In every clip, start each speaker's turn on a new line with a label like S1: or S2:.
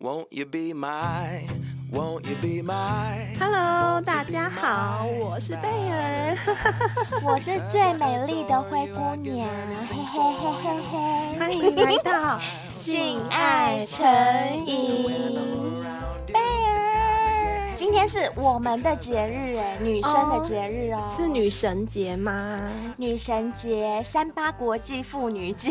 S1: Won't you be my? Won't you be my?
S2: Hello，大家好，我是贝 儿。
S3: 我是最美丽的灰姑娘，嘿嘿嘿嘿嘿。
S2: 欢迎来到性爱成瘾。
S3: 贝儿，今天是我们的节日哎，女生的节日哦，
S2: 是女神节吗？
S3: 女神节、三八国际妇女 节，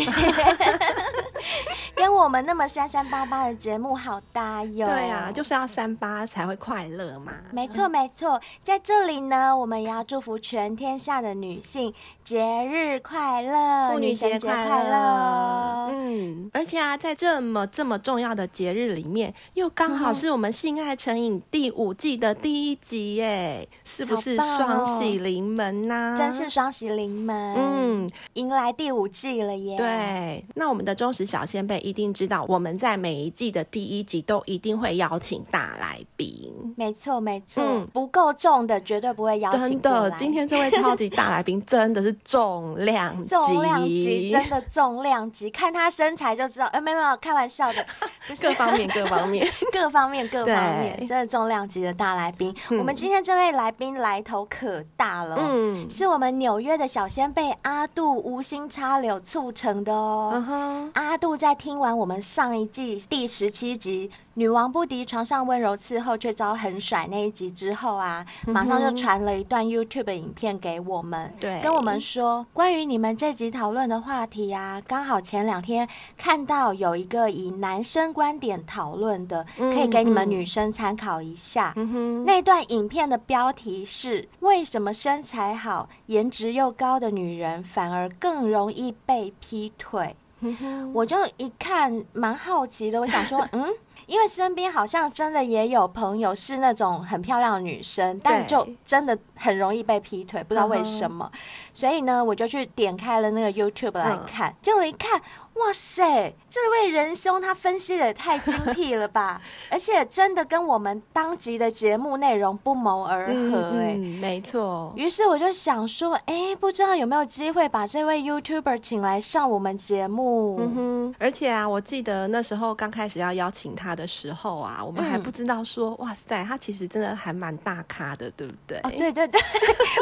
S3: 跟我们那么三三八八的节目好搭哟。
S2: 对啊，就是要三八才会快乐嘛。
S3: 没错没错，在这里呢，我们也要祝福全天下的女性节日快乐，
S2: 呃妇女节
S3: 神
S2: 快
S3: 快
S2: 乐！
S3: 乐。
S2: 嗯，而且啊，在这么这么重要的节日里面，又刚好是我们《性爱成瘾》第五季的第一集耶，是不是
S3: 好棒
S2: 双
S3: 哦
S2: 喜临门呐、
S3: 真是双喜临门，
S2: 嗯，
S3: 迎来第五季了耶！，
S2: 对，那我们的忠实小先辈一定知道，我们在每一季的第一集都一定会邀请大来宾。
S3: 没错没错，
S2: 嗯
S3: 不够重的绝对不会邀请
S2: 真
S3: 过
S2: 的，
S3: 来
S2: 今天这位超级大来 宾真的是重量级，
S3: 重量 级，真的重量级，看他身材就知道。呃，没有没有，开玩笑 的，就是
S2: 各方面各方 面。
S3: 各方面各方面
S2: 对，
S3: 真的重量级的大来宾。
S2: 嗯
S3: 我们今天这位来宾来头可大了。哦
S2: 嗯
S3: 是我们纽约的小先辈阿杜无心插柳促成的哦。
S2: 嗯哼，
S3: 阿杜在听完我们上一季第十七集《女王不敌床上温柔伺候却遭狠甩》那一集之后啊，
S2: 嗯
S3: 马上就传了一段 YouTube 影片给我们，
S2: 对
S3: 跟我们说关于你们这集讨论的话题啊，刚好前两天看到有一个以男生观点讨论的，
S2: 嗯
S3: 可以给你们
S2: 嗯
S3: 女生参考一下。
S2: 嗯哼，
S3: 那段影片的标题是“为什么身材好、颜值又高的女人反而更容易被劈腿”。
S2: 嗯哼
S3: 我就一看，蛮好奇的，我想 说，嗯。因为身边好像真的也有朋友是那种很漂亮的女生，但就真的很容易被劈腿，不知道为什
S2: 嗯
S3: 么。所以呢，我就去点开了那个 YouTube 来看，结果一看，哇塞，这位仁兄他分析的也太精辟 了吧！而且真的跟我们当集的节目内容不谋而
S2: 嗯
S3: 合、哎、
S2: 嗯，没错，
S3: 于是我就想说，哎，不知道有没有机会把这位 YouTuber 请来上我们节目？
S2: 嗯哼，而且啊，我记得那时候刚开始要邀请他的时候啊，我们还
S3: 嗯
S2: 不知道说，哇塞，他其实真的还蛮大咖的，对不对？
S3: 哦，对对 对，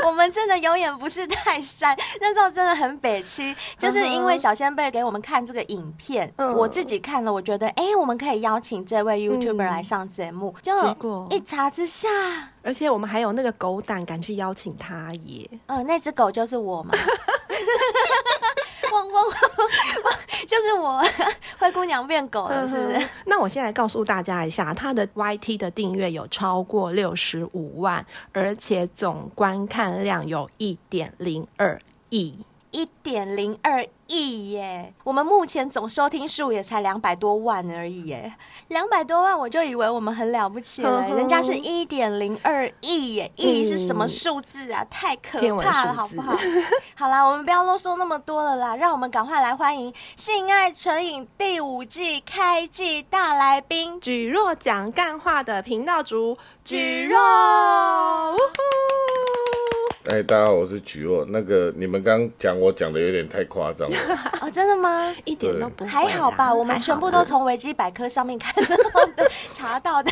S3: 我们真的有眼不识泰山，那时候真的很北七，就是因为小先辈给我们看这个影片，
S2: 嗯
S3: 我自己看了，我觉得哎，诶我们可以邀请这位 YouTuber
S2: 嗯
S3: 来上节目，
S2: 结
S3: 就
S2: 果
S3: 一查之下，
S2: 而且我们还有那个狗胆敢去邀请他耶，
S3: 嗯、那只狗就是我 嘛。 汪汪汪，就是我，灰姑娘变狗了，是
S2: 嗯
S3: 不是？
S2: 那我先来告诉大家一下，他的 YT 的订阅有超过六十五万，而且总观看量有一点零二亿。
S3: 一点零二亿耶！我们目前总收听数也才两百多万而已耶，两百多万我就以为我们很了不起了，
S2: 呵呵嗯
S3: 人家是一点零二亿耶，亿是什么数字啊？太可
S2: 天文
S3: 怕了，
S2: 数
S3: 好
S2: 字
S3: 不好？ 好啦，我们不要啰嗦那么多了啦，让我们赶快来欢迎《性爱成瘾》第五季开季大来宾。
S2: 举若讲干话的频道主举若，呜呼！
S4: 哎，大家好，我是菊若。那个，你们刚讲我讲的有点太夸张了，
S3: 哦，真的吗？
S2: 一点都不会啦
S3: 还好吧，我们全部都
S2: 还好
S3: 从维基百科上面看到 的、查到的。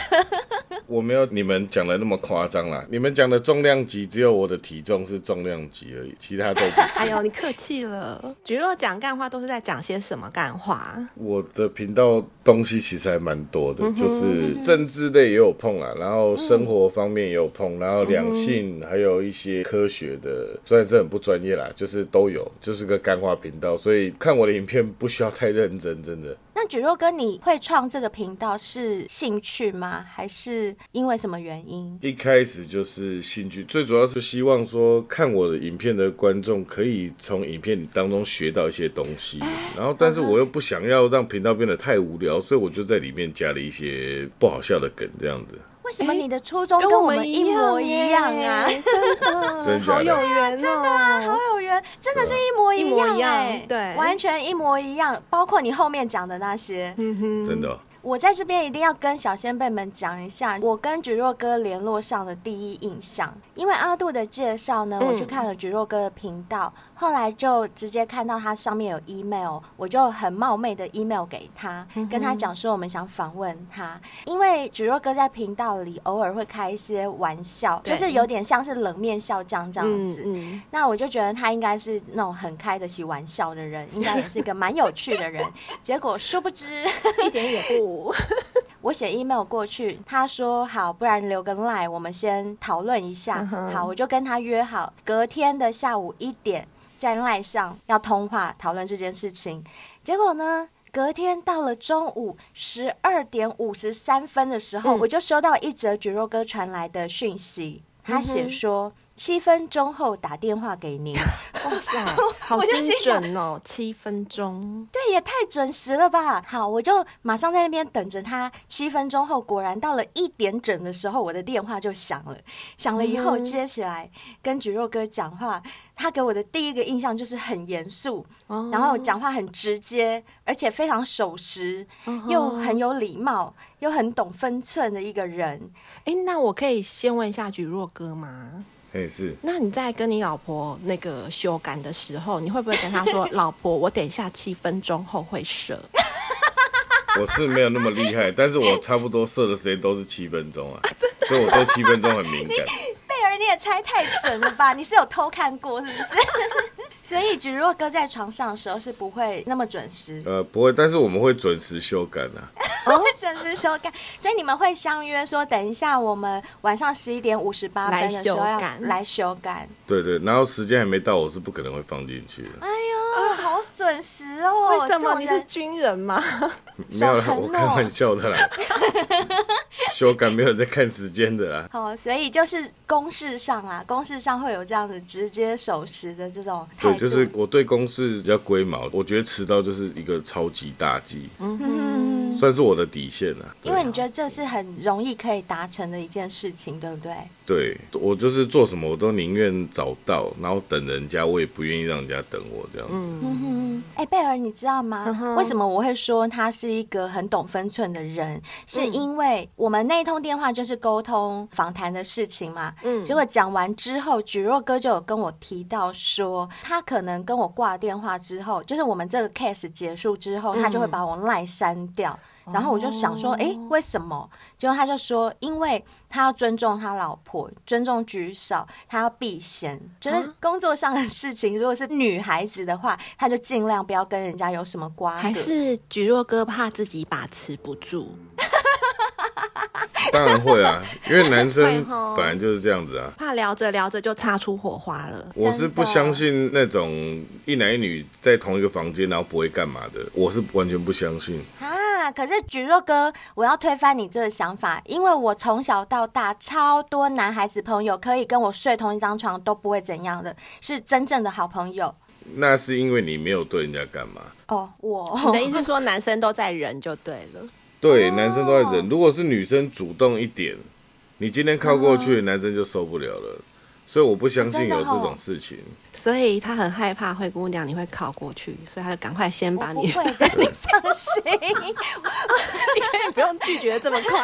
S4: 我没有你们讲的那么夸张啦。你们讲的重量级，只有我的体重是重量级而已，其他都不是。
S2: 哎呦，你客气 了。举若讲干话都是在讲些什么干话？
S4: 我的频道东西其实还蛮多的，就是政治类也有碰啦，然后生活方面也有碰，然后两性还有一些科学的，虽然这很不专业啦，就是都有，就是个干话频道，所以看我的影片不需要太认真，真的。
S3: 那举若哥，你会创这个频道是兴趣吗？还是因为什么原因？
S4: 一开始就是兴趣，最主要是希望说看我的影片的观众可以从影片当中学到一些东西，
S2: 哎
S4: 然后但是我又不想要让频道变得太无聊，所以我就在里面加了一些不好笑的梗，这样子。
S3: 为什么你的初衷跟我们一模一样啊？
S2: 耶真的，
S4: 真的假
S2: 嗯好有
S4: 的
S2: 缘哦，真的
S3: 好有缘，真的是一模
S2: 一模一
S3: 样
S2: 样
S3: 哎、
S2: 对
S3: 完全一模一样，包括你后面讲的那些。
S4: 真的哦、
S3: 我在这边一定要跟小先辈们讲一下，我跟菊若哥联络上的第一印象，因为阿杜的介绍呢，
S2: 嗯
S3: 我去看了菊若哥的频道，后来就直接看到他上面有 email，我就很冒昧的 email 给他，
S2: 嗯
S3: 跟他讲说我们想访问他，因为蒟若哥在频道里偶尔会开一些玩笑，
S2: 对
S3: 就是有点像是冷面笑匠这样
S2: 嗯
S3: 子。
S2: 嗯，
S3: 那我就觉得他应该是那种很开得起玩笑的人，应该也是一个蛮有趣 的人。结果殊不知，
S2: 一点也不，
S3: 我写 email 过去，他说好，不然留个 line，我们先讨论一下。
S2: 嗯哼
S3: 好，我就跟他约好隔天的下午一点在 line 上要通话讨论这件事情。结果呢？隔天到了中午十二点五十三分的时候，
S2: 嗯
S3: 我就收到一则菊若哥传来的讯息，
S2: 嗯
S3: 他写说七分钟后打电话给您。
S2: 哇 塞，好
S3: 我就
S2: 精
S3: 心想
S2: 准哦，七分钟，
S3: 对，也太准时了吧！好，我就马上在那边等着他。七分钟后，果然到了一点整的时候，我的电话就响了。响了以后
S2: 嗯
S3: 接起来，跟菊若哥讲话，他给我的第一个印象就是很严肃，
S2: 哦
S3: 然后讲话很直接，而且非常守时，又很有礼貌，又很懂分寸的一个人。
S2: 哎、那我可以先问一下菊若哥吗？
S4: 嘿是，
S2: 那你在跟你老婆那个修改的时候，你会不会跟她说：“老婆，我等一下七分钟后会射
S4: 我是没有那么厉 害，但是我差不多射的时间都是七分钟啊，所以我对七分钟很敏感。
S3: 贝尔，你也猜太准了吧？你是有偷看过是不是？ 所以菊若哥在床上的时候是不会那么准时。
S4: 呃，不会，但是我们会准时修改啊。
S3: 我会准时修改，所以你们会相约说，等一下我们晚上十一点五十八分的时候
S2: 来
S3: 要
S2: 修改
S3: 来修 改。
S4: 对对，然后时间还没到，我是不可能会放进去的。
S3: 哎呦，好准时？”哦！
S2: 为什么
S3: 这种
S2: 你
S3: 人
S2: 是军人 吗？
S4: 没有
S3: 守
S4: 啦，
S3: 承诺
S4: 我开玩笑 的啦。修改没有在看时间的啦。
S3: 好，所以就是公事上啦，公事上会有这样子直接守时的这种态
S4: 对，
S3: 度。
S4: 就是我对公事比较龟毛，我觉得迟到就是一个超级大忌，
S3: 嗯，
S4: 算是我的底线啦。对
S3: 因为你觉得这是很容易可以达成的一件事情，对不对？
S4: 对我就是做什么我都宁愿早到，然后等人家，我也不愿意让人家等我这样子。
S3: 嗯，哎、贝尔，你知道吗？
S2: 嗯哼
S3: 为什么我会说他是一个很懂分寸的人？是因为我们那一通电话就是沟通访谈的事情嘛。嗯，结果讲完之后，菊若哥就有跟我提到说，他可能跟我挂电话之后，就是我们这个 case 结束之后，他就会把我赖删掉。然后我就想说，哎、为什么？结果他就说，因为他要尊重他老婆，尊重举手，他要避嫌，
S2: 啊
S3: 就是工作上的事情，如果是女孩子的话，他就尽量不要跟人家有什么瓜葛。
S2: 还是菊若哥怕自己把持不住，
S4: 当然 会啊，因为男
S2: 会
S4: 生
S2: 吼
S4: 本来就是这样子啊。
S2: 怕聊着聊着就擦出火花了？
S4: 我是不
S3: 真的
S4: 相信那种一男一女在同一个房间，然后不会干嘛的，我是完全不相信。
S3: 啊，可是菊若哥，我要推翻你这个想法，因为我从小到大超多男孩子朋友可以跟我睡同一张床都不会怎样的，是真正的好朋友
S4: 那是因为你没有对人家干嘛。
S3: 哦。我
S2: 你的意思是说男生都在忍就对了？
S4: 对，男生都在忍。如果是女生主动一点，你今天靠过去，男生就受不了了。所以我不相信有这种事情。
S2: 所以他很害怕灰姑娘你会考过去，所以他就赶快先把
S3: 我不
S2: 你，
S3: 会的，你放心。
S2: 你不用拒绝这么快，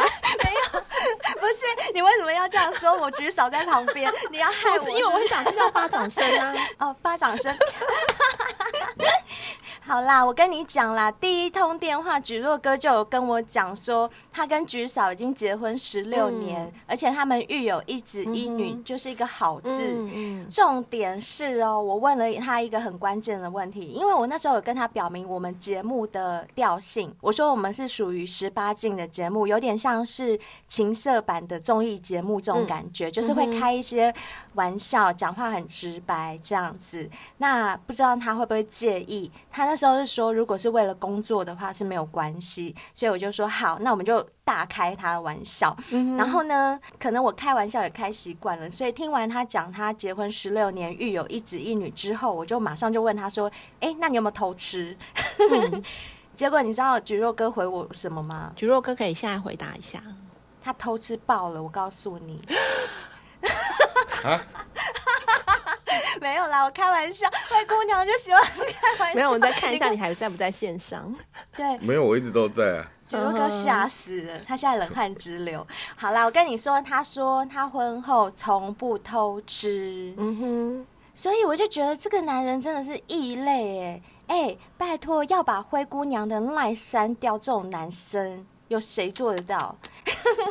S3: 不是你为什么要这样说？我举手在旁边，你要害我
S2: 不是因为我很想听到巴掌声 啊。
S3: 哦，巴掌声。 好啦，我跟你讲啦，第一通电话，菊若哥就有跟我讲说，他跟菊嫂已经结婚十六年，
S2: 嗯
S3: 而且他们育有一子一女，就是一个好字。
S2: 嗯
S3: 重点是哦，我问了他一个很关键的问题，因为我那时候有跟他表明我们节目的调性，我说我们是属于十八禁的节目，有点像是情色版的综艺节目
S2: 嗯
S3: 这种感觉，就是会开一些玩笑，讲话很直白这样子。那不知道他会不会介意？他那时候是说，如果是为了工作的话是没有关系，所以我就说好，那我们就大开他的玩笑。然后呢，可能我开玩笑也开习惯了，所以听完他讲他结婚十六年育有一子一女之后，我就马上就问他说：“哎，那你有没有偷吃？” 结果你知道菊若哥回我什么吗？
S2: 菊若哥可以现在回答一下，
S3: 他偷吃爆了，我告诉你。
S4: 啊，
S3: 没有啦，我开玩笑，灰姑娘就喜欢开玩笑。
S2: 没有，我们再看一下
S3: 你
S2: 你还在不在线上。
S3: 看。对，
S4: 没有，我一直都在啊。
S3: 菊若
S2: 嗯
S3: 哥吓死了，他现在冷汗直流。好啦，我跟你说，他说他婚后从不偷吃。
S2: 嗯哼，
S3: 所以我就觉得这个男人真的是异类哎哎，拜托要把灰姑娘的赖删掉，这种男生有谁做得到？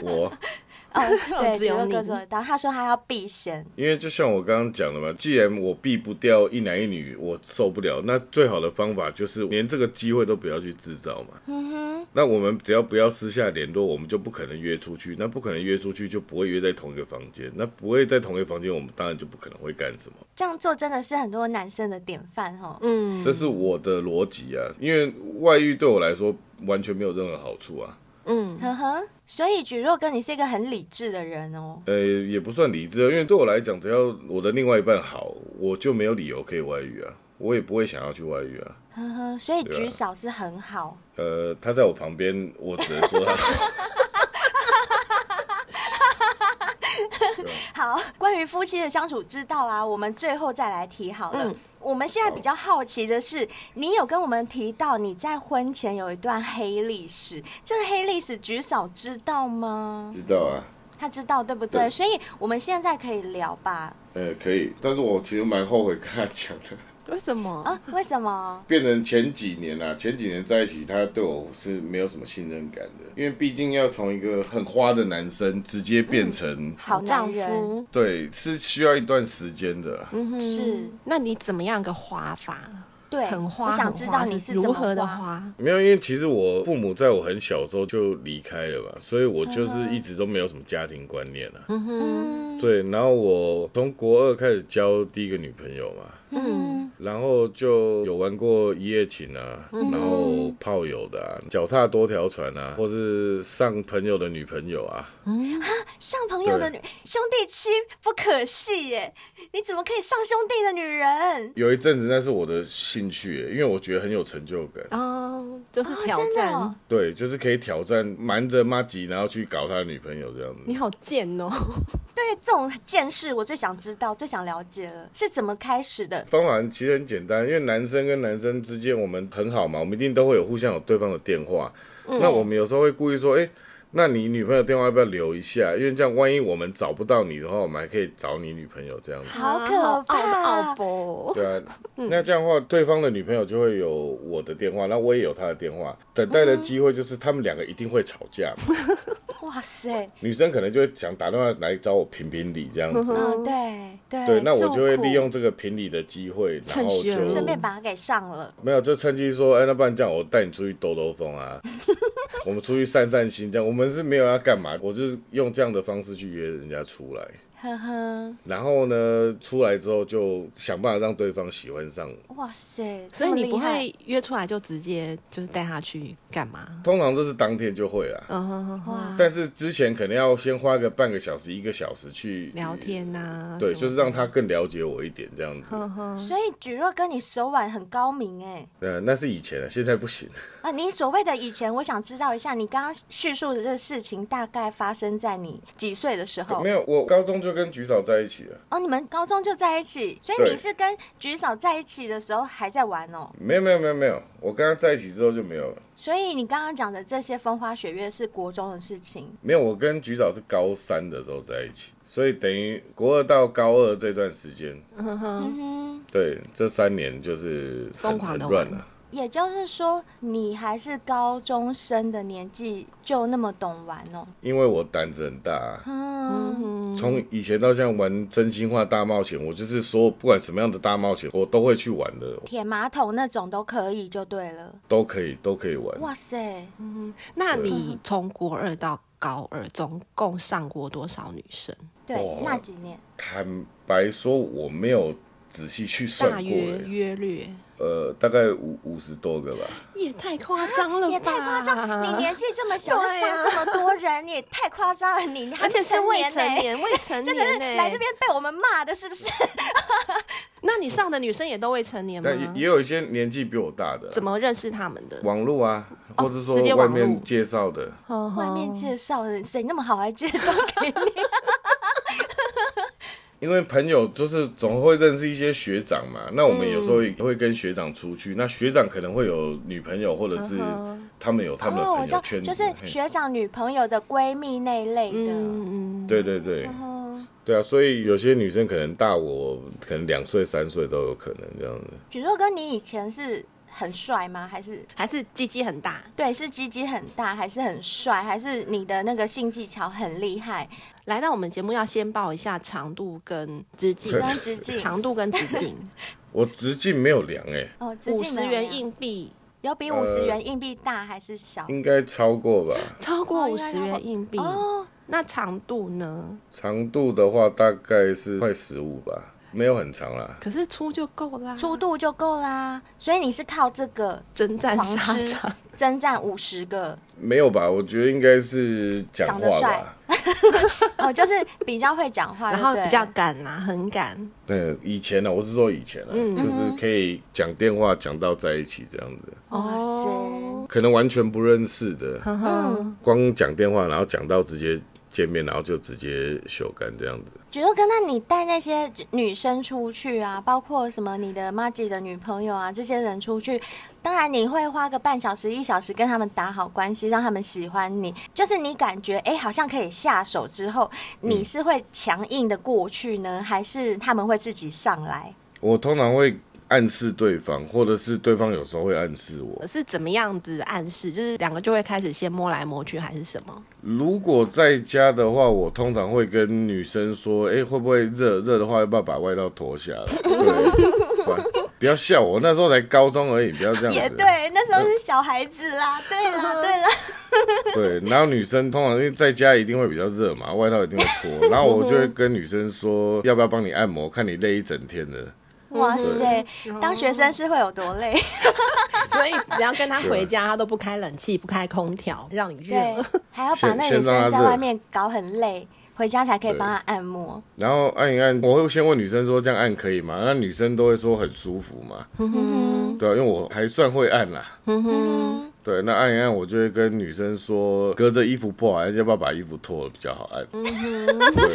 S4: 我
S3: 哦，对，
S2: 只有
S3: 九六哥
S2: 你
S3: 做得到。他说他要避嫌，
S4: 因为就像我刚刚讲的嘛，既然我避不掉一男一女，我受不了，那最好的方法就是连这个机会都不要去制造嘛。那我们只要不要私下联络，我们就不可能约出去，那不可能约出去就不会约在同一个房间，那不会在同一个房间，我们当然就不可能会干什么。
S3: 这样做真的是很多男生的典范哦。
S2: 嗯，
S4: 这是我的逻辑啊，因为外遇对我来说完全没有任何好处啊。
S2: 嗯
S3: 呵呵，所以举若哥，你是一个很理智的人哦。
S4: 呃，也不算理智，因为对我来讲，只要我的另外一半好，我就没有理由可以外遇啊，我也不会想要去外遇啊。
S3: 呵呵，所以
S4: 对啊
S3: 菊嫂是很好。
S4: 呃，他在我旁边，我只能说他，
S3: 好，关于夫妻的相处之道啊，我们最后再来提好
S2: 嗯
S3: 了。我们现在比较好奇的是，你有跟我们提到你在婚前有一段黑历史，这个黑历史菊嫂知道吗？
S4: 知道啊。
S3: 她知道对不对？
S4: 对
S3: 所以我们现在可以聊吧？
S4: 呃，可以，但是我其实蛮后悔跟他讲的。
S2: 为什么？
S3: 啊，为什么？
S4: 变成前几年啦、前几年在一起，他对我是没有什么信任感的，因为毕竟要从一个很花的男生直接变成，
S3: 好
S2: 丈
S3: 男人
S2: 夫
S4: 对，是需要一段时间的啊。
S3: 是
S2: 嗯那你怎么样个花法？
S3: 对，
S2: 很花，
S3: 我想
S2: 很
S3: 知
S2: 花
S3: 道你
S2: 是
S3: 怎
S2: 如
S3: 么
S2: 何的
S3: 花
S2: 花。
S4: 没有，因为其实我父母在我很小的时候就离开了嘛，所以我就是一直都没有什么家庭观念啊。
S3: 嗯
S4: 对，然后我从国二开始交第一个女朋友嘛，
S3: 嗯，
S4: 然后就有玩过一夜情啊，然后炮友的啊，脚踏多条船啊，或是上朋友的女朋友啊，
S3: 上朋友的女兄弟妻不可戏耶，你怎么可以上兄弟的女人？
S4: 有一阵子那是我的兴趣，因为我觉得很有成就感。
S2: 哦，就是挑
S3: 真的
S2: 战，
S3: 哦
S4: 对，就是可以挑战瞒着妈吉，然后去搞他的女朋友这样子
S2: 你。好贱哦！
S3: 对这种见识，我最想知道、最想了解了，是怎么开始的？
S4: 方法其实很简单，因为男生跟男生之间我们很好嘛，我们一定都会有互相有对方的电话。
S2: 嗯
S4: 那我们有时候会故意说，哎、那你女朋友电话要不要留一下？因为这样万一我们找不到你的话，我们还可以找你女朋友这样子。
S3: 好
S2: 啊
S3: 可怕！
S2: 傲傲博，
S4: 对啊，
S2: 嗯
S4: 那这样的话，对方的女朋友就会有我的电话，那我也有她的电话。等待的机会就是他们两个一定会吵架
S2: 嗯
S4: 嘛。
S3: 哇塞，
S4: 女生可能就会想打电话来找我评评理这样子。
S3: 嗯，对对
S4: 对，那我
S3: 诉
S4: 就会
S3: 苦
S4: 利用这个评理的机会，然
S2: 趁
S4: 后
S2: 虚而
S4: 就
S2: 入
S3: 顺便把他给上了。
S4: 没有就趁机说，哎，那不然这样，我带你出去兜兜风啊， 我们出去散散心，这样我们是没有要干嘛，我就是用这样的方式去约人家出来，
S3: 呵呵，
S4: 然后呢，出来之后就想办法让对方喜欢上我，
S3: 哇塞，
S2: 所以
S3: 这么
S2: 你不
S3: 厉害
S2: 会约出来就直接就是带他去干嘛？
S4: 通常都是当天就会啊，
S2: 嗯哼哼哼，
S3: 哇？
S4: 但是之前可能要先花个半个小时、一个小时去
S2: 聊，天呐、
S4: 对，
S2: 什
S4: 就
S2: 么
S4: 是让他更了解我一点这样子，
S2: 嗯哼，
S3: 所以举若哥，你手腕很高明哎
S4: 呃，那是以前了，现在不行。
S3: 啊！你所谓的以前，我想知道一下，你刚刚叙述的这个事情大概发生在你几岁的时候
S4: 没？有，我高中就跟菊嫂在一起了。
S3: 哦，你们高中就在一起，所以
S4: 对
S3: 你是跟菊嫂在一起的时候还在玩哦。
S4: 没有没有没有没有，我跟他在一起之后就没有了。
S3: 所以你刚刚讲的这些风花雪月是国中的事情，
S4: 没有，我跟菊嫂是高三的时候在一起，所以等于国二到高二这段时间，
S3: 嗯
S4: 对，这三年就是很
S2: 疯狂地
S4: 很乱
S2: 玩
S4: 啊。
S3: 哼，也就是说你还是高中生的年纪就那么懂玩哦。嗯
S4: 因为我胆子很大、啊，
S2: 嗯
S4: 从以前到现在玩真心话大冒险，我就是说不管什么样的大冒险，我都会去玩的，
S3: 铁马桶那种都可以就对了。
S4: 都可以都可以玩。
S3: 哇塞，
S2: 那你从国二到高二，总共上过多少女生？
S3: 对，
S4: 哦
S3: 那几年
S4: 坦白说，我没有仔细去算
S2: 大
S4: 过、
S2: 约
S4: 欸
S2: 约略，
S4: 呃，大概五五十多个吧。
S2: 也太夸张了吧！
S3: 也太夸张！你年纪这么小就
S2: 对啊
S3: 上这么多人，你也太夸张了！你你还
S2: 而且是未成
S3: 呢
S2: 年，欸未成
S3: 真的
S2: 年
S3: 是
S2: 呢、欸
S3: 来这边被我们骂的，是不是？
S2: 那你上的女生也都未成年吗
S4: 但？也也有一些年纪比我大的
S2: 嗯
S4: 啊，
S2: 怎么认识他们的？
S4: 网络啊，或者说
S2: 直接
S4: 外
S2: 网
S4: 面
S2: 路
S4: 介绍的，
S3: 外
S2: 哦
S3: 面介绍的，谁那么好还介绍 给你？
S4: 因为朋友就是总会认识一些学长嘛。那我们有时候
S3: 嗯
S4: 也会跟学长出去，那学长可能会有女朋友，或者是他们有他们的
S3: 嗯哦，我
S4: 朋
S3: 知道
S4: 友圈子，
S3: 就是
S4: 嘿
S3: 学长女朋友的闺蜜那一类的。
S2: 嗯嗯，
S4: 对对对。对啊，所以有些女生可能大我可能两岁三岁都有可能这样子。
S3: 许若哥，你以前是很帅吗？还是
S2: 还是鸡鸡很大，
S3: 对，是鸡鸡很大，还是很帅，还是你的那个性技巧很厉害？
S2: 来到我们节目要先报一下长度跟直径，
S3: 跟直径
S2: 长度跟直径，
S4: 我直径没有量哎、
S3: 哦，直
S2: 五
S3: 径没
S2: 十
S3: 有
S2: 元
S3: 量
S2: 硬呃币
S3: 有比五十元硬币大还是小？
S4: 应该超过 吧？
S2: 超过
S3: 哦
S2: 五
S3: 应该
S2: 十
S3: 超过
S2: 元硬币，
S3: 哦，
S2: 那长度呢？
S4: 长度的话大概是快十五吧，没有很长啦。
S2: 可是粗就够啦，
S3: 粗度就够啦。所以你是靠这个
S2: 征战
S3: 狂
S2: 沙
S3: 吃
S2: 场，
S3: 征战五十个，
S4: 没有吧？我觉得应该是讲
S3: 长得
S4: 话
S3: 帅
S4: 吧。
S3: 哦，就是比较会讲 话，
S2: 然后
S3: 啊对不
S2: 比
S3: 对
S2: 较敢啦，很敢。
S4: 对，以前呢、我是说以前啊，
S3: 嗯
S4: 就是可以讲电话讲到在一起这样子，
S3: 哇
S2: 哦
S3: 塞，
S4: 可能完全不认识的，
S3: 嗯，
S4: 光讲电话，然后讲到直接见面，然后就直接手干这样子。
S3: 觉得跟那你带那些女生出去啊，包括什么你的妈吉的女朋友啊，这些人出去，当然你会花个半小时一小时跟他们打好关系，让他们喜欢你。就是你感觉哎、好像可以下手之后，你是会强硬的过去呢，还是他们会自己上来？
S4: 我通常会暗示对方，或者是对方有时候会暗示我。
S2: 是怎么样子暗示？就是两个就会开始先摸来摸去，还是什 么？
S4: 如果在家的话，我通常会跟女生说：“哎、会不会热？热的话，要不要把外套脱下来？”对，不不要笑我，那时候才高中而已，不要这样子。
S3: 也对，那时候是小孩子 啦，对啦，对啦。
S4: 对，然后女生通常因为在家一定会比较热嘛，外套一定会脱，然后我就会跟女生说要不要帮你按摩，看你累一整天的。
S3: 哇塞，
S4: 嗯
S3: 当学生是会有多累？
S2: 所以只要跟他回家，他都不开冷气，不开空调，让你
S3: 对
S2: 热。，
S3: 还要把
S4: 先
S3: 那
S4: 嗯先
S3: 女
S4: 让
S3: 生
S4: 她
S3: 在
S4: 热
S3: 外面搞很累，回家才可以帮她按摩。
S4: 然后按一按，我会先问女生说这样按可以吗？那女生都会说很舒服嘛，
S3: 嗯
S4: 对啊，因为我还算会按啦。
S3: 哼，
S4: 对，那按一按，我就会跟女生说，隔着衣服不好按，要不要把衣服脱了比较好按？
S3: 嗯
S4: 对，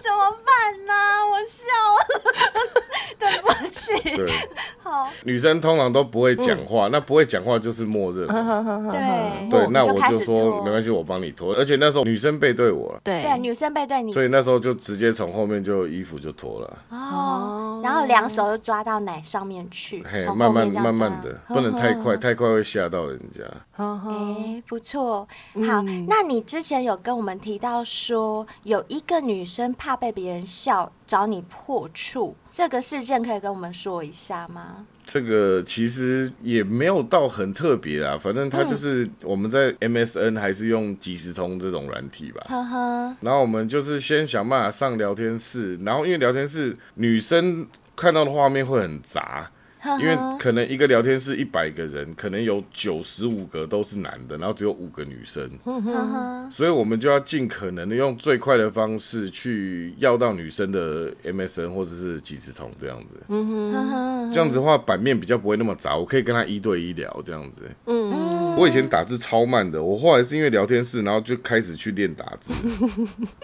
S3: 怎么办呢？我笑了， 对不起。
S4: 对，
S3: 好，嗯
S4: 女生通常都不会讲话，那不会讲话就是默认嘛。
S3: 对
S4: 对，那
S3: 就
S4: 我
S3: 开
S4: 就
S3: 始
S4: 说
S3: 做
S4: 没。关系，我帮你脱。而且那时候女生背对我了，
S3: 对，
S2: 对，
S3: 女生背对你
S4: 所以那时候就直接从后面就衣服就脱了，
S3: 哦，然后两手就抓到奶上面去，
S4: 嘿，
S3: 从
S4: 慢
S3: 后
S4: 慢
S3: 面这样抓啊
S4: 慢慢的，不能太快，。太快会吓到人家。
S3: 哎，不错，好。那你之前有跟我们提到说，有一个女生怕被别人笑，找你破处，这个事件可以跟我们说一下吗？
S4: 这个其实也没有到很特别啦，反正它
S3: 嗯
S4: 就是我们在 MSN 还是用即时通这种软体吧。
S3: 呵呵，
S4: 然后我们就是先想办法上聊天室，然后因为聊天室女生看到的画面会很杂，
S3: 呵
S4: 因为
S3: 呵，
S4: 可能一个聊天室一百个人，可能有九十五个都是男的，然后只有五个女生，
S3: 呵呵，
S4: 所以我们就要尽可能的用最快的方式去要到女生的 MSN 或者是即时通这样子，
S3: 呵呵，
S4: 这样子的话版面比较不会那么杂，我可以跟她一对一聊这样子。
S3: 嗯，
S4: 我以前打字超慢的，我后来是因为聊天室，然后就开始去练打字。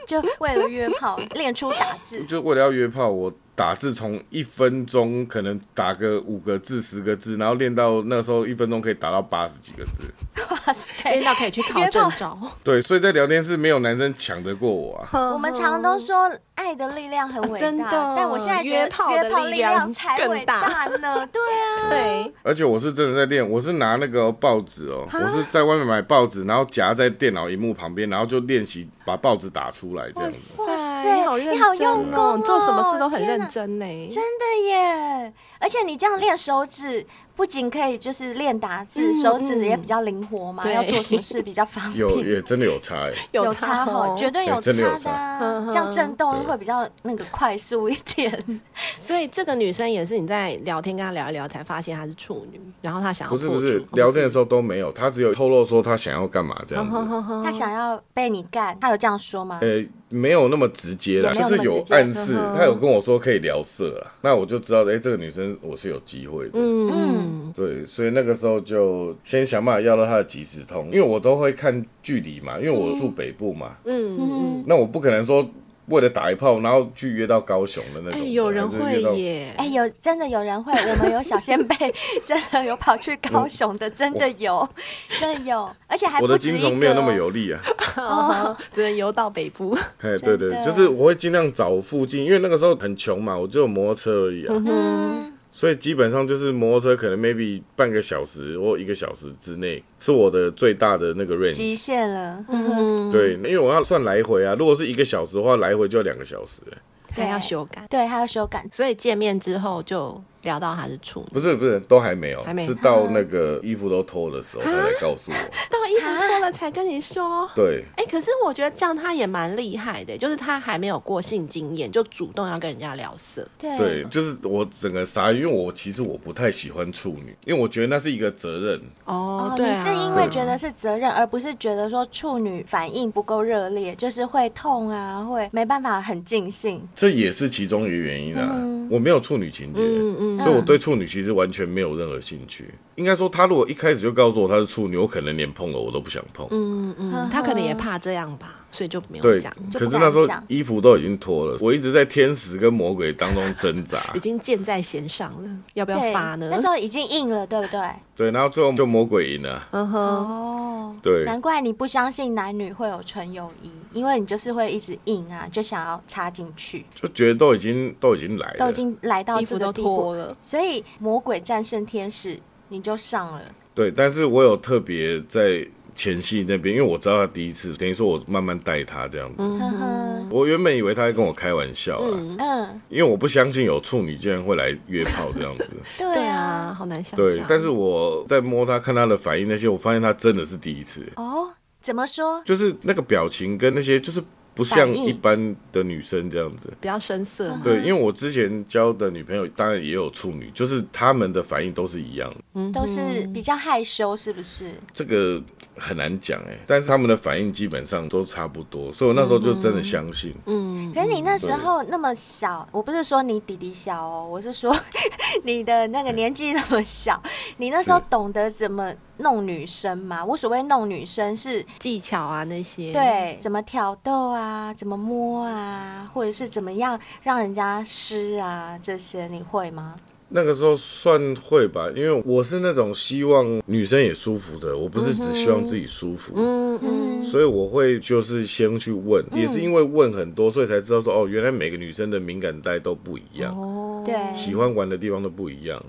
S3: 就为了约炮 练出打字，
S4: 就为了要约炮，我打字从一分钟可能打个五个字、十个字，然后练到那时候一分钟可以打到八十几个字。
S3: 哇塞
S2: 练！到可以去考证照。
S4: 对，所以在聊天室没有男生抢得过我啊。
S3: 我们常都说爱的力量很
S2: 嗯啊
S3: 伟大，
S2: 真的
S3: 但我现在觉得
S2: 约炮的
S3: 约炮
S2: 力
S3: 力
S2: 量
S3: 量才伟
S2: 更大
S3: 呢。对啊，
S2: 对，
S4: 而且我是真的在练，我是拿那个报纸哦，我是在外面买报纸，然后夹在电脑荧幕旁边，然后就练习把报纸打出来这样子。
S3: 哇
S2: 你
S3: 塞，
S2: 好
S3: 你
S2: 认
S3: 好
S2: 真
S3: 用功
S2: 哦，
S3: 哦
S2: 做什么事都很
S3: 天哪
S2: 认真呢。
S3: 真的耶！而且你这样练手指，不仅可以就是练打字，手指也比较灵活嘛，
S2: 嗯对
S3: 要做什么事比较方便。
S4: 有也真的有差哎、
S3: 有差
S2: 哦
S3: 哦，绝对有
S4: 对真的有
S3: 的啊
S2: 差嗯，哼嗯
S3: 这样震动会比较那个快速一点。
S2: 所以这个女生也是你在聊天跟她聊一聊，才发现她是处女，然后她想要
S4: 不是
S2: 破
S4: 不
S2: 处
S4: 是
S2: 哦，
S4: 聊天的时候都没有，他只有透露说他想要干嘛这样子。
S3: 他想要被你干，他有这样说吗？
S4: 呃，没有那么直接啦，
S3: 也没有
S4: 就是
S3: 那么
S4: 有
S3: 直接
S4: 暗示，他有跟我说可以聊色啦，那我就知道，哎、这个女生我是有机会的，
S3: 嗯，
S4: 对，所以那个时候就先想办法要到她的即时通，因为我都会看距离嘛，因为我住北部嘛，
S2: 嗯，
S3: 嗯，
S4: 那我不可能说为了打一炮，然后去约到高雄的那
S2: 哎、
S4: 种的，
S2: 有人
S4: 还是
S2: 会
S4: 约到
S2: 耶，
S3: 哎、有真的有 人会，我们有小先辈， 真的有跑去高雄的，真的有，真的有，而且还
S4: 我
S3: 不
S4: 的
S3: 止
S4: 精
S3: 一个、哦
S4: 虫没有那么。有力啊。
S2: 只能游到北部。
S4: 哎，对对，
S3: 真的
S4: 就是我会尽量找附近，因为那个时候很穷嘛，我只有摩托车而已啊，
S3: 嗯，
S4: 所以基本上就是摩托车可能 maybe 半个小时或一个小时之内是我的最大的那个 range。
S3: 极限了。
S2: 嗯，
S4: 对，因为我要算来回啊，如果是一个小时的话，来回就要两个小时、欸
S2: 还要修改，
S3: 对，还有手感。
S2: 所以见面之后就聊到他是处女，
S4: 不是不是，都还没有，
S2: 还没
S4: 是到那个衣服都脱的时候，他才告诉我。
S2: 到衣服脱了才跟你说。
S4: 对，
S2: 哎、可是我觉得这样他也蛮厉害的，就是他还没有过性经验，就主动要跟人家聊色。
S3: 对
S4: 对，就是我整个傻眼，因为我其实我不太喜欢处女，因为我觉得那是一个责任。
S2: 哦
S3: 哦，
S2: 对、
S3: 你
S2: 啊，
S3: 是因为觉得是责任，而不是觉得说处女反应不够热烈，就是会痛啊，会没办法很尽兴。
S4: 这也是其中一个原因啊。我没有处女情节，所以我对处女其实完全没有任何兴趣。应该说，他如果一开始就告诉我他是处女，我可能连碰了我都不想碰。
S2: 嗯嗯，他可能也怕这样吧，所以就没有
S4: 对
S2: 讲，，
S3: 就
S4: 可
S3: 不
S4: 是
S3: 敢
S4: 那时候
S3: 讲
S4: 衣服都已经脱了，我一直在天使跟魔鬼当中挣扎。
S2: 已经箭在弦上了，要不要
S3: 对，
S2: 发呢？
S3: 那时候已经硬了，对不对？
S4: 对，然后最后就魔鬼赢了。
S2: 嗯哼，
S3: 哦，
S4: 对，
S3: 难怪你不相信男女会有纯友谊，因为你就是会一直硬啊，就想要插进去，
S4: 就觉得都已经都已经来
S3: 都
S4: 了
S3: 已。经来到
S2: 衣
S3: 啊这
S2: 服
S3: 个
S2: 都
S3: 地步
S2: 脱，了，
S3: 所以魔鬼战胜天使，你就上了。
S4: 对，但是我有特别在前戏那边，因为我知道他第一次，等于说我慢慢带他这样子。
S2: 嗯
S3: 呵呵，
S4: 我原本以为他在跟我开玩笑啊，
S3: 嗯，
S4: 因为我不相信有处女竟然会来约炮这样 子。
S3: 对
S2: 对
S3: 啊
S2: 啊，，好难想象。
S4: 对，但是我在摸他、看他的反应那些，我发现他真的是第一次，
S3: 哦，怎么说？
S4: 就是那个表情跟那些，就是不像
S3: 反应嗯
S4: 一般的女生这样子。
S2: 比较深色
S3: 啊
S2: 嘛，
S4: 对，因为我之前交的女朋友当然也有处女，就是她们的反应都是一样的，
S2: 嗯
S3: 都是比较害羞，是不是？
S4: 这个很难讲哎、但是她们的反应基本上都差不多，所以我那时候就真的相信。
S2: 嗯
S3: 可是你那时候那么小，我不是说你弟弟小哦，我是说 你的那个年纪那么小，你那时候
S4: 是
S3: 懂得怎么弄女生吗？我所谓弄女生是
S2: 技巧啊那些，，
S3: 对怎么挑逗啊，怎么摸啊，或者是怎么样让人家湿啊，这些你会吗？
S4: 那个时候算会吧，因为我是那种希望女生也舒服的，我不是只希望自己舒服。
S2: 嗯嗯，
S4: 所以我会就是先去问，也是因为问很多，所以才知道说哦，原来每个女生的敏感带都不一样，
S2: 哦，
S3: 对，
S4: 喜欢玩的地方都不一样。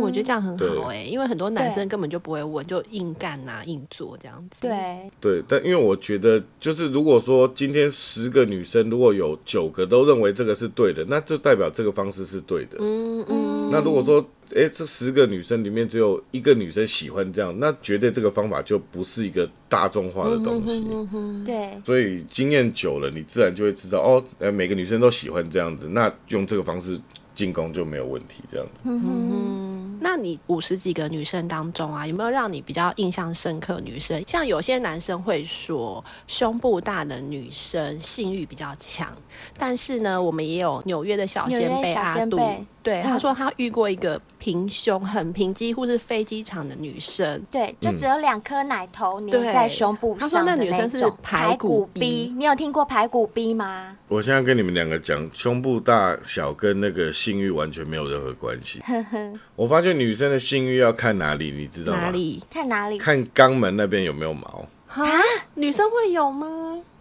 S2: 我觉得这样很
S4: 对
S2: 好哎、因为很多男生根本就不会问，就硬干呐、硬做这样子。，
S3: 对，
S4: 对，但因为我觉得，就是如果说今天十个女生，如果有九个都认为这个是对的，那就代表这个方式是对的。
S2: 嗯嗯，
S4: 那如果说，诶，这十个女生里面只有一个女生喜欢这样，那绝对这个方法就不是一个大众化的东西。
S3: 嗯对，
S4: 所以经验久了，你自然就会知道哦，呃，每个女生都喜欢这样子，那用这个方式进攻就没有问题。这样子，
S2: 嗯那你五十几个女生当中啊，有没有让你比较印象深刻的女生？像有些男生会说，胸部大的女生性欲比较强，但是呢，我们也有纽约的小
S3: 纽
S2: 先
S3: 约
S2: 贝
S3: 小
S2: 阿
S3: 仙
S2: 杜
S3: 贝，
S2: 对，他
S3: 嗯
S2: 说他遇过一个平胸很平，几乎是飞机场的女生，
S3: 对，
S4: 嗯
S3: 就只有两颗奶头粘
S2: 对
S3: 在胸部
S2: 他说
S3: 上的
S2: 那女生
S3: 种
S2: 是排
S3: 排
S2: 骨
S3: 骨
S2: 逼
S3: 你有听过排骨逼吗？
S4: 我现在跟你们两个讲，胸部大小跟那个性欲完全没有任何关系。我发现女生的性欲要看哪里，你知道吗？
S2: 哪里？
S3: 看哪里？
S4: 看肛门那边有没有毛，
S2: 啊，女生会有吗？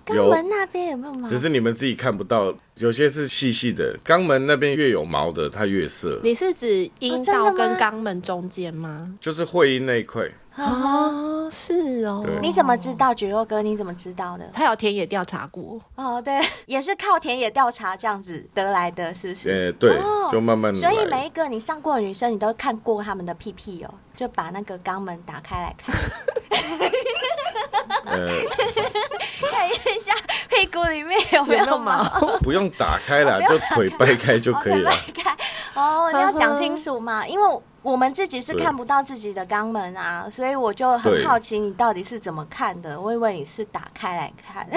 S3: 肛
S4: 有
S3: 门那边有没有毛？啊
S4: 只是你们自己看不到。有些是细细的，肛门那边越有毛的，它越色，
S2: 你是指阴
S3: 哦真的
S2: 道跟
S3: 吗
S2: 肛门中间吗？
S4: 就是会阴那一块。
S2: 啊，是哦。
S4: 对
S3: 你怎么知道，菊若哥？你怎么知道的？
S2: 他有田野调查过，
S3: 哦，对， 也是靠田野调查这样子得来的，是不是？
S4: 呃，对
S3: 哦，
S4: 就慢慢来。
S3: 所以每一个你上过的女生，你都看过她们的屁屁哦，就把那个肛门打开来看，
S4: 呃，
S3: 看一下屁股里面有没
S2: 有没有
S3: 有
S2: 毛
S3: 毛。？
S4: 不用打 开啦，就腿掰开就可以了。
S3: 看哦，你要讲清楚嘛，因为我们自己是看不到自己的肛门啊，所以我就很
S4: 对
S3: 好奇你到底是怎么看的。我以为你是打开来看，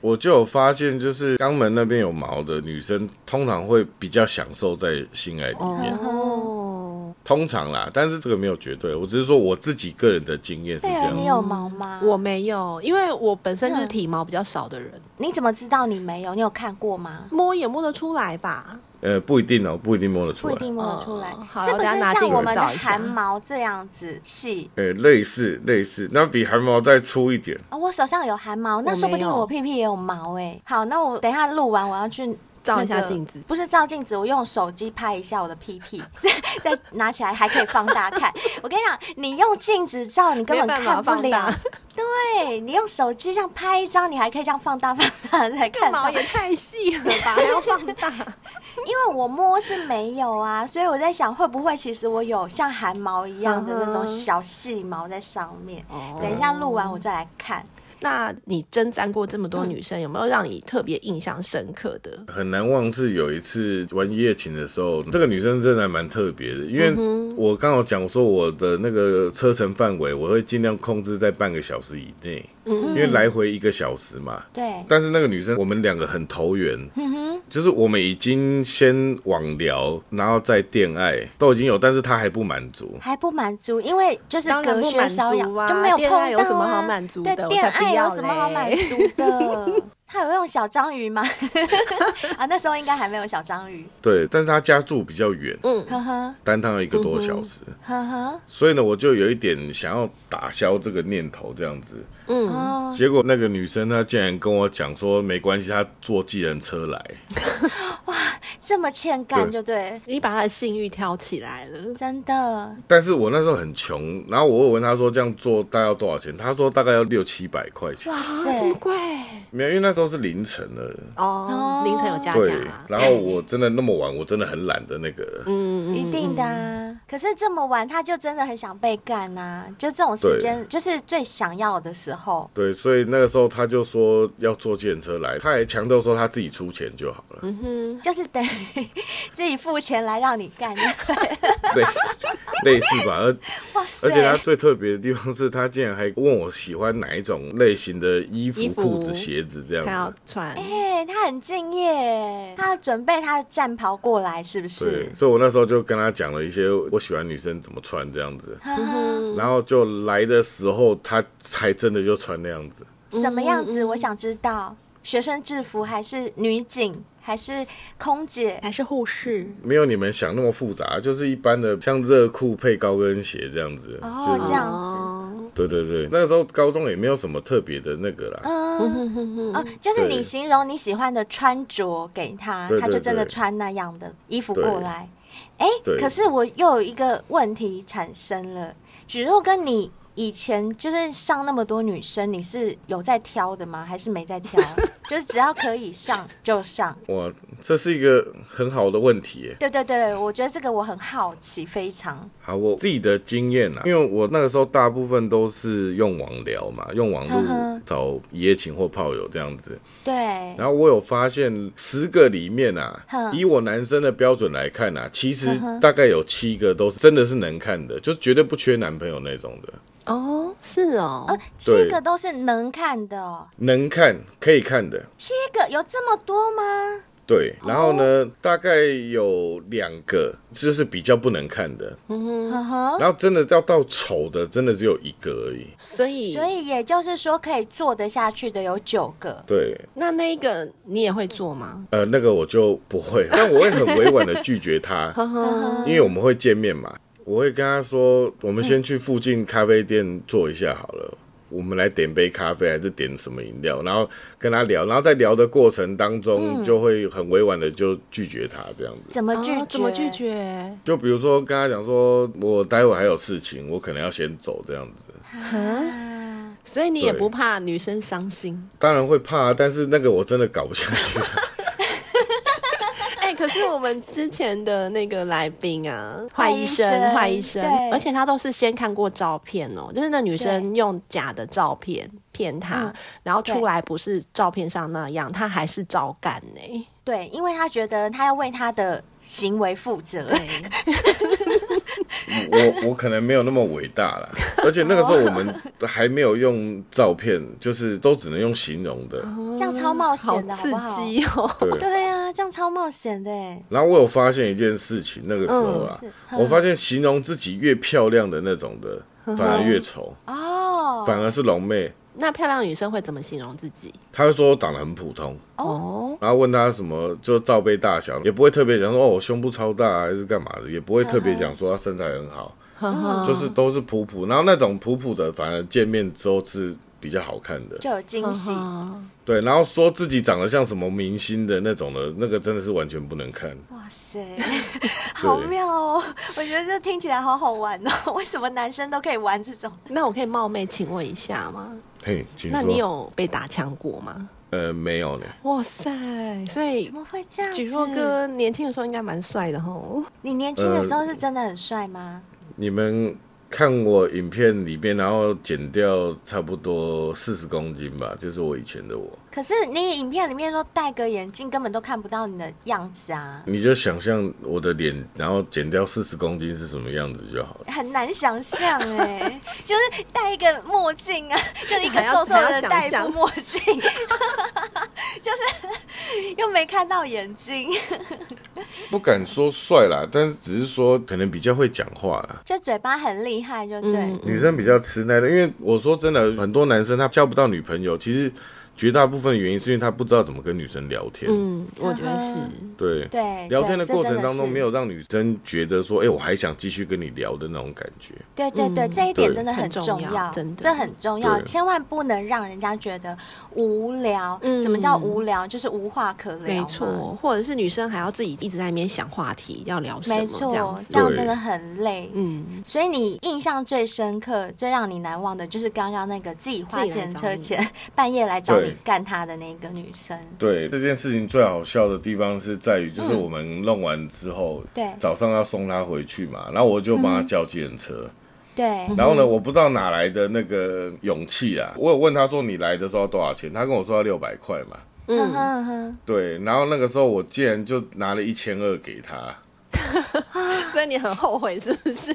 S4: 我就有发现，就是肛门那边
S3: 哦
S4: 有毛的女生，通常会比较享受在性爱里面。
S2: 哦，
S4: 通常啦，但是这个没有绝对，我只是说我自己个人的经验是这
S2: 哎
S3: 贝尔，
S4: 样
S3: 你
S4: 子。
S3: 有毛吗？
S2: 我没有，因为我本身就是体毛比较少的人，
S3: 你怎么知道你没有？你有看过吗？
S2: 摸也摸得出来吧？
S4: 呃，不一定哦，不一定摸得出
S3: 不
S4: 来。
S3: 一定摸得出来
S2: 嗯，好
S3: 是不
S2: 我等
S3: 是
S2: 下拿镜
S3: 像
S2: 子
S3: 我们的
S2: 照一下
S3: 汗毛这样子细？
S4: 呃，类似类似，那比汗毛再粗一点。
S3: 啊、我手上有汗毛，那
S2: 我
S3: 说不定
S2: 没有
S3: 我屁屁也有毛哎、好，那我等一下录完，我要去、
S2: 照一下镜子
S3: 不是照镜子，我用手机拍一下我的屁屁， 再再拿起来还可以放大 看。我跟你讲，你用镜子照，你根本
S2: 没办
S3: 看
S2: 法
S3: 不
S2: 放
S3: 了
S2: 大。
S3: 对你用手机这样拍一张，你还可以这样放大放大才看到
S2: 毛。也太细了吧， 还要放大？
S3: 因为我摸是没有啊，所以我在想会不会其实我有像汗毛一样的那
S2: 嗯哼
S3: 种小细毛在上面。
S2: 哦
S3: 等一下录完我再来看。
S2: 那你征战过这么多女生，有没有让你特别印象深刻的？
S4: 很难忘是有一次玩一夜情的时候，这个女生真的还蛮特别的，因为我刚好讲说我的那个车程范围，我会尽量控制在半个小时以内，因为来回一个小时嘛。
S3: 对，
S4: 但是那个女生，我们两个很投缘，就是我们已经先网聊，然后再恋爱，都已经有，但是她还不满足。
S3: 还不满足，因为就是
S2: 当然
S3: 隔
S2: 不
S3: 靴
S2: 满
S3: 搔痒、
S2: 足啊
S3: 就没有碰
S2: 恋
S3: 到、
S2: 爱
S3: 啊、
S2: 有什么好满足的
S3: 对，
S2: 我
S3: 恋
S2: 才不
S3: 爱
S2: 要
S3: 有什么好
S2: 嘞
S3: 满足 的？他有用小章鱼吗？ 啊，那时候应该还没有小章鱼。
S4: 对，但是她家住比较远，
S3: 呵呵
S4: 单趟要一个多小时，
S3: 呵呵，
S4: 所以呢，我就有一点想要打消这个念头，这样子。
S2: 嗯
S3: 哦，
S4: 结果那个女生她竟然跟我讲说，没关系，她坐计程车来。
S3: 这么欠干就对，
S2: 你把她的性欲挑起来了，
S3: 真的
S4: 但是我那时候很穷，然后我有问她说这样做大概要多少钱，她说大概要六七百块钱。
S3: 哇
S2: 啊，
S3: 塞
S2: 这，么贵
S4: 没有，因为那时候是凌晨了，
S2: 哦
S3: 哦，
S2: 凌晨有加
S4: 对
S2: 价。。
S4: 然后我真的那么晚，我真的很懒的那个。
S2: 嗯，嗯
S3: 一定的、啊。可是这么晚，他就真的很想被干呐、就这种时间，就是最想要的时候。
S4: 对，所以那个时候她就说要坐计程车来，她还强调说她自己出钱就好 了。
S3: 就是等于 自己付钱来让你干，
S4: 对，类似吧。而
S3: 哇塞！
S4: 而且她最特别的地方是，她竟然还问我喜欢哪一种类型的衣服、
S2: 衣服
S4: 裤子、鞋子这样
S2: 她要
S4: 子。
S2: 穿，
S3: 哎、他很敬业，他准备他的战袍过来，是不
S4: 对
S3: 是，？
S4: 所以我那时候就跟她讲了一些我喜欢女生怎么穿这样子。
S3: 呵呵
S4: 然后就来的时候，她才真的就穿那样子。
S3: 什么样子？我想知道，学生制服还是女警，还是空姐？
S2: 还是护士？
S4: 没有你们想那么复杂，就是一般的像热裤配高跟鞋这样子。
S3: 哦
S4: 就是
S3: 这样
S2: 哦，
S4: 对对对，那时候高中也没有什么特别的那个啦。
S3: 嗯，哦，就是你
S4: 对
S3: 形容你喜欢的穿着给他，
S4: 对
S3: 他就
S4: 对
S3: 真的
S4: 对
S3: 穿那样的衣服
S4: 对
S3: 过来。哎、
S4: 对
S3: 可是我又有一个问题产生了，举若跟你以前就是上那么多女生，你是有在挑的吗？还是没在 挑？就是只要可以上就上。
S4: 哇，这是一个很好的问题耶。
S3: 对对对，我觉得这个我很好奇，非常
S4: 好，我自己的经验啊啦，因为我那个时候大部分都是用网聊嘛，用网
S3: 嗯哼
S4: 络找一夜情或炮友这样子。
S3: 对。
S4: 然后我有发现，十个里面啊
S3: 哼，
S4: 以我男生的标准来看啊，其实
S3: 嗯哼
S4: 大概有七个都是真的是能看的，就是绝对不缺男朋友那种的。
S2: 哦，是哦
S3: 呃，，七个都是能看的、哦，
S4: 能看可以看的，
S3: 七个有这么多吗？
S4: 对。然后呢，大概有两个就是比较不能看的，
S3: 呵呵，
S4: 然后真的要到丑的，真的只有一个而已。
S2: 所以
S3: 所以也就是说，可以做得下去的有九个。
S4: 对，
S2: 那那一个你也会做吗？
S4: 呃，那个我就不会，但我会很委婉的拒绝他，
S2: 嗯
S4: 因为我们会见面嘛，我会跟他说，我们先去附近咖啡店坐一下好了。我们来点杯咖啡，还是点什么饮料？然后跟他聊，然后在聊的过程当中，就会很委婉的就拒绝他这样子。
S3: 怎么拒绝？
S2: 哦怎么拒？绝？
S4: 就比如说跟他讲说，我待会还有事情，我可能要先走这样子。
S3: 啊
S2: 所以你也
S4: 对
S2: 不怕女生伤心？
S4: 当然会怕，啊但是那个我真的搞不下去。 啊
S2: 哎、可是我们之前的那个来宾啊，
S3: 坏
S2: 坏
S3: 医
S2: 医
S3: 生
S2: 生，坏医生
S3: 对，
S2: 而且他都是先看过照片哦，就是那女生用假的照片骗他
S3: 嗯，
S2: 然后
S3: 对
S2: 出来不是照片上那样，他还是照干呢、
S3: 对，因为他觉得他要为他的行为负责，
S2: 对，
S4: 我我可能没有那么伟大啦，而且那个时候我们还没有用照片，就是都只能用形容的。
S3: 这样超冒险的好
S2: 哦刺
S3: 不好？
S2: 激哦！
S4: 对，
S3: 对啊，这样超冒险的哎。
S4: 然后我有发现一件事情，那个时候啊
S3: 嗯，
S4: 我发现形容自己越漂亮的那种的，反而越丑，
S2: 嗯
S3: 哦，
S4: 反而是龙妹，
S2: 那漂亮女生会怎么形容自己？
S4: 她会说我长得很普通，
S2: 哦，
S4: 然后问她什么就罩杯大小，也不会特别讲说哦我胸部超大还是干嘛的，也不会特别讲说她身材很好，
S2: 呵呵，
S4: 就是都是普普，然后那种普普的反而见面之后是比较好看的，
S3: 就有惊喜。
S2: 嗯
S4: 对，然后说自己长得像什么明星的那种的，那个真的是完全不能看，
S3: 哇 塞，好妙哦！我觉得这听起来好好玩哦。为什么男生都可以玩这种？
S2: 那我可以冒昧请问一下吗？
S4: 嘿，请
S2: 那你
S4: 说，
S2: 有被打枪过吗？
S4: 呃，没有呢，
S2: 哇塞！所以
S3: 怎么会这样子？
S2: 举若哥呃年轻的时候应该蛮帅的吼。
S3: 你年轻的时候是真的很帅吗？
S4: 你们看我影片里面，然后减掉差不多四十公斤吧，就是我以前的我。
S3: 可是你影片里面都戴个眼镜，根本都看不到你的样子啊，
S4: 你就想象我的脸，然后减掉四十公斤是什么样子就好了。
S3: 很难想 象哎、就是戴一个墨镜 啊，就是一个
S2: 还要
S3: 瘦瘦
S2: 还
S3: 的
S2: 要想
S3: 戴一副
S2: 象
S3: 墨镜， 就是又没看到眼睛，
S4: 不敢说帅啦，但是只是说可能比较会讲话啦。
S3: 就嘴巴很厉害，就对。
S2: 嗯
S4: 女生比较吃耐的，因为我说真的，很多男生他交不到女朋友，其实绝大部分的原因是因为他不知道怎么跟女生聊天。
S2: 嗯，我觉得是。
S4: 对。
S3: 对，
S4: 聊天的
S3: 对
S4: 过程当
S3: 这
S4: 中，没。
S3: 真的是
S4: 有让女生觉得说，哎、我还想继续跟你聊的那种感觉。
S3: 对对对，
S2: 嗯
S3: 这一点
S4: 对
S3: 真的
S2: 很重
S3: 重
S2: 要真的
S3: 这很重要，
S4: 对
S3: 千万不能让人家觉得无聊。
S2: 嗯
S3: 什么叫无聊？就是无话可聊。
S2: 没，错，或者是女生还要自己一直在那边想话题，要聊什
S3: 没
S2: 么这样
S3: 错，
S2: 子
S3: 这。样
S4: 对
S3: 真的很累。
S2: 嗯，
S3: 所以你印象最深刻、最让你难忘的，就是刚刚那个自己花钱车钱， 半夜来找你
S4: 对
S3: 干他的那个女生。
S4: 对这件事情最好笑的地方是在于，就是我们弄完之后，
S3: 对
S4: 早上要送她回去嘛，然后我就帮她叫计程车。
S3: 对，
S4: 然后呢，我不知道哪来的那个勇气啊，我有问她说你来的时候要多少钱，她跟我说要六百块嘛。
S3: 嗯哼哼，
S4: 对，然后那个时候我竟然就拿了一千二给她，
S2: 所以你很后悔是不是？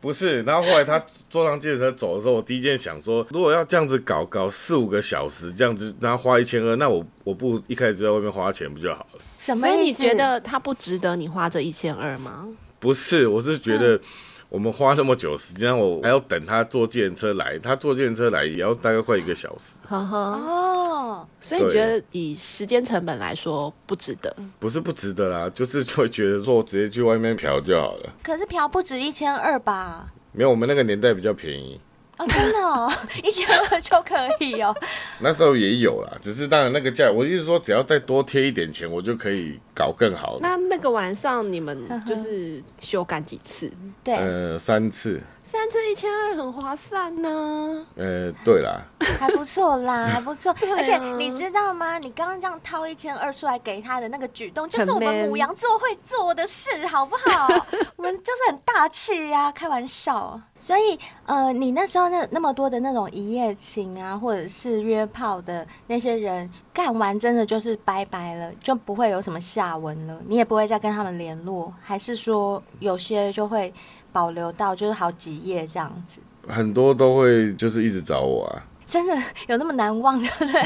S4: 不是。然后后来她坐上计程车走的时候，我第一件想说，如果要这样子搞搞四五个小时这样子，然后花一千二，那我我不如一开始就在外面花钱不就好了？
S3: 嗯什么
S2: 所
S3: 意思？
S2: 以你觉得他不值得你花这一千二吗？
S4: 不是，我是觉得我们花那么久时间，我还要等他坐计程车来，他坐计程车来也要大概快一个小时，
S2: 呵呵，
S3: 哦？
S2: 所以你觉得以时间成本来说不值得？
S4: 不是不值得啦，就是会觉得说我直接去外面嫖就好了。
S3: 可是嫖不止一千二吧？
S4: 没有，我们那个年代比较便宜，
S3: 哦，真的哦， 一千二就可以哦。
S4: 那时候也有啦，只是当然那个价，我意思说只要再多贴一点钱，我就可以搞更好的。
S2: 那那个晚上你们就是休干几次？
S3: 对，
S4: 呃，三次，
S2: 三次一千二很划算呢、
S4: 呃，对啦，
S3: 还不错啦，还 不错。而且
S2: 啊
S3: 你知道吗？你刚刚这样掏一千二出来给他的那个举动，就是
S2: 很
S3: 我们
S2: man
S3: 母羊座会做的事，好不好？我们就是很大气呀、开玩笑。所以，呃，你那时候那那么多的那种一夜情啊，或者是约炮的那些人，干完真的就是拜拜了，就不会有什么下文了，你也不会再跟他们联络，还是说有些就会保留到就是好几夜这样子。
S4: 很多都会就是一直找我啊，
S3: 真的有那么难忘， 对不对？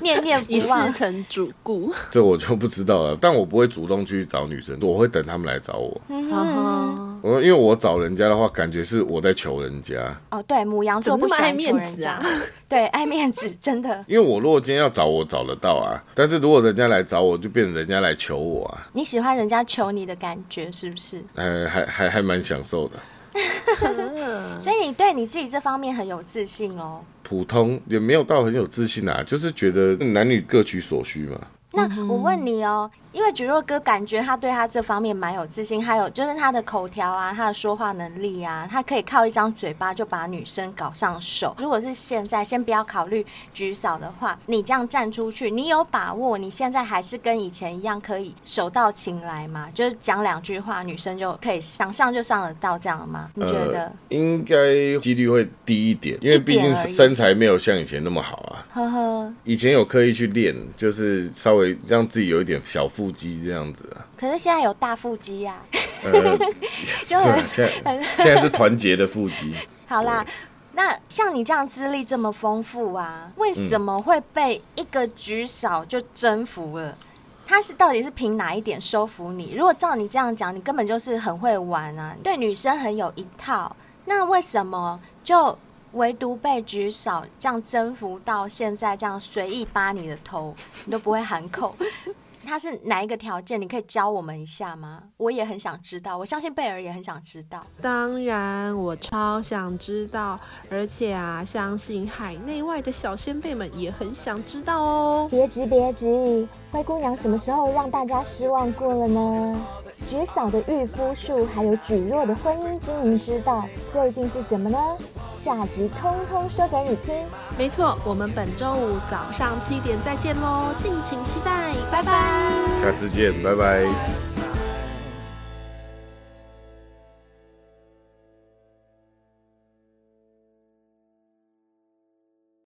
S3: 念念不
S2: 一世
S3: 忘。
S2: 成主顾。
S4: 这我就不知道了。但我不会主动去找女生，我会等他们来找我。
S3: 嗯
S2: 呵呵
S4: 我呃因为我找人家的话，感觉是我在求人家。
S3: 哦，对，母羊座
S2: 怎么
S3: 不
S2: 那么
S3: 喜欢
S2: 爱
S3: 求
S2: 面
S3: 人
S2: 子
S3: 家
S2: 啊，
S3: 对，爱面子，真的。
S4: 因为我如果今天要找我找得到啊，但是如果人家来找我，就变成人家来求我啊，
S3: 你喜欢人家求你的感觉是不是？
S4: 还还还还蛮享受的。
S2: 嗯
S3: 所以你对你自己这方面很有自信哦。
S4: 普通也没有到很有自信啊，就是觉得男女各取所需嘛。
S3: 那我问你哦，因为菊若哥感觉他对他这方面蛮有自信，还有就是他的口条啊，他的说话能力啊，他可以靠一张嘴巴就把女生搞上手。如果是现在，先不要考虑菊嫂的话，你这样站出去，你有把握？你现在还是跟以前一样可以手到擒来吗？就是讲两句话，女生就可以想上就上得到这样吗？你觉得
S4: 呃？、应该几率会低一点，因为毕
S3: 一
S4: 竟
S3: 点而已
S4: 身材没有像以前那么好啊。
S3: 呵呵，
S4: 以前有刻意去练，就是稍微让自己有一点小腹肌这样子啊。
S3: 可是现在有大腹肌呀、啊
S4: 呃，
S3: 就
S4: 对啊
S3: 很，
S4: 现在现在是团结的腹肌。
S3: 好啦。那像你这样资历这么丰富啊，为什么会被一个举手就征服了？他是到底是凭哪一点收服你？如果照你这样讲，你根本就是很会玩啊，对女生很有一套。那为什么就唯独被举手这样征服到现在这样随意扒你的头，你都不会喊口？ 他是哪一个条件？你可以教我们一下吗？我也很想知道，我相信贝尔也很想知道。
S2: 当然，我超想知道，而且啊，相信海内外的小先辈们也很想知道哦。
S5: 别急别急，灰姑娘什么时候让大家失望过了呢？举嫂的御夫术，还有举弱的婚姻经营之道，究竟是什么呢？下集通通说给你听。
S2: 没错，我们本周五早上七点再见喽，敬请期待，拜拜
S4: 下次见，拜拜。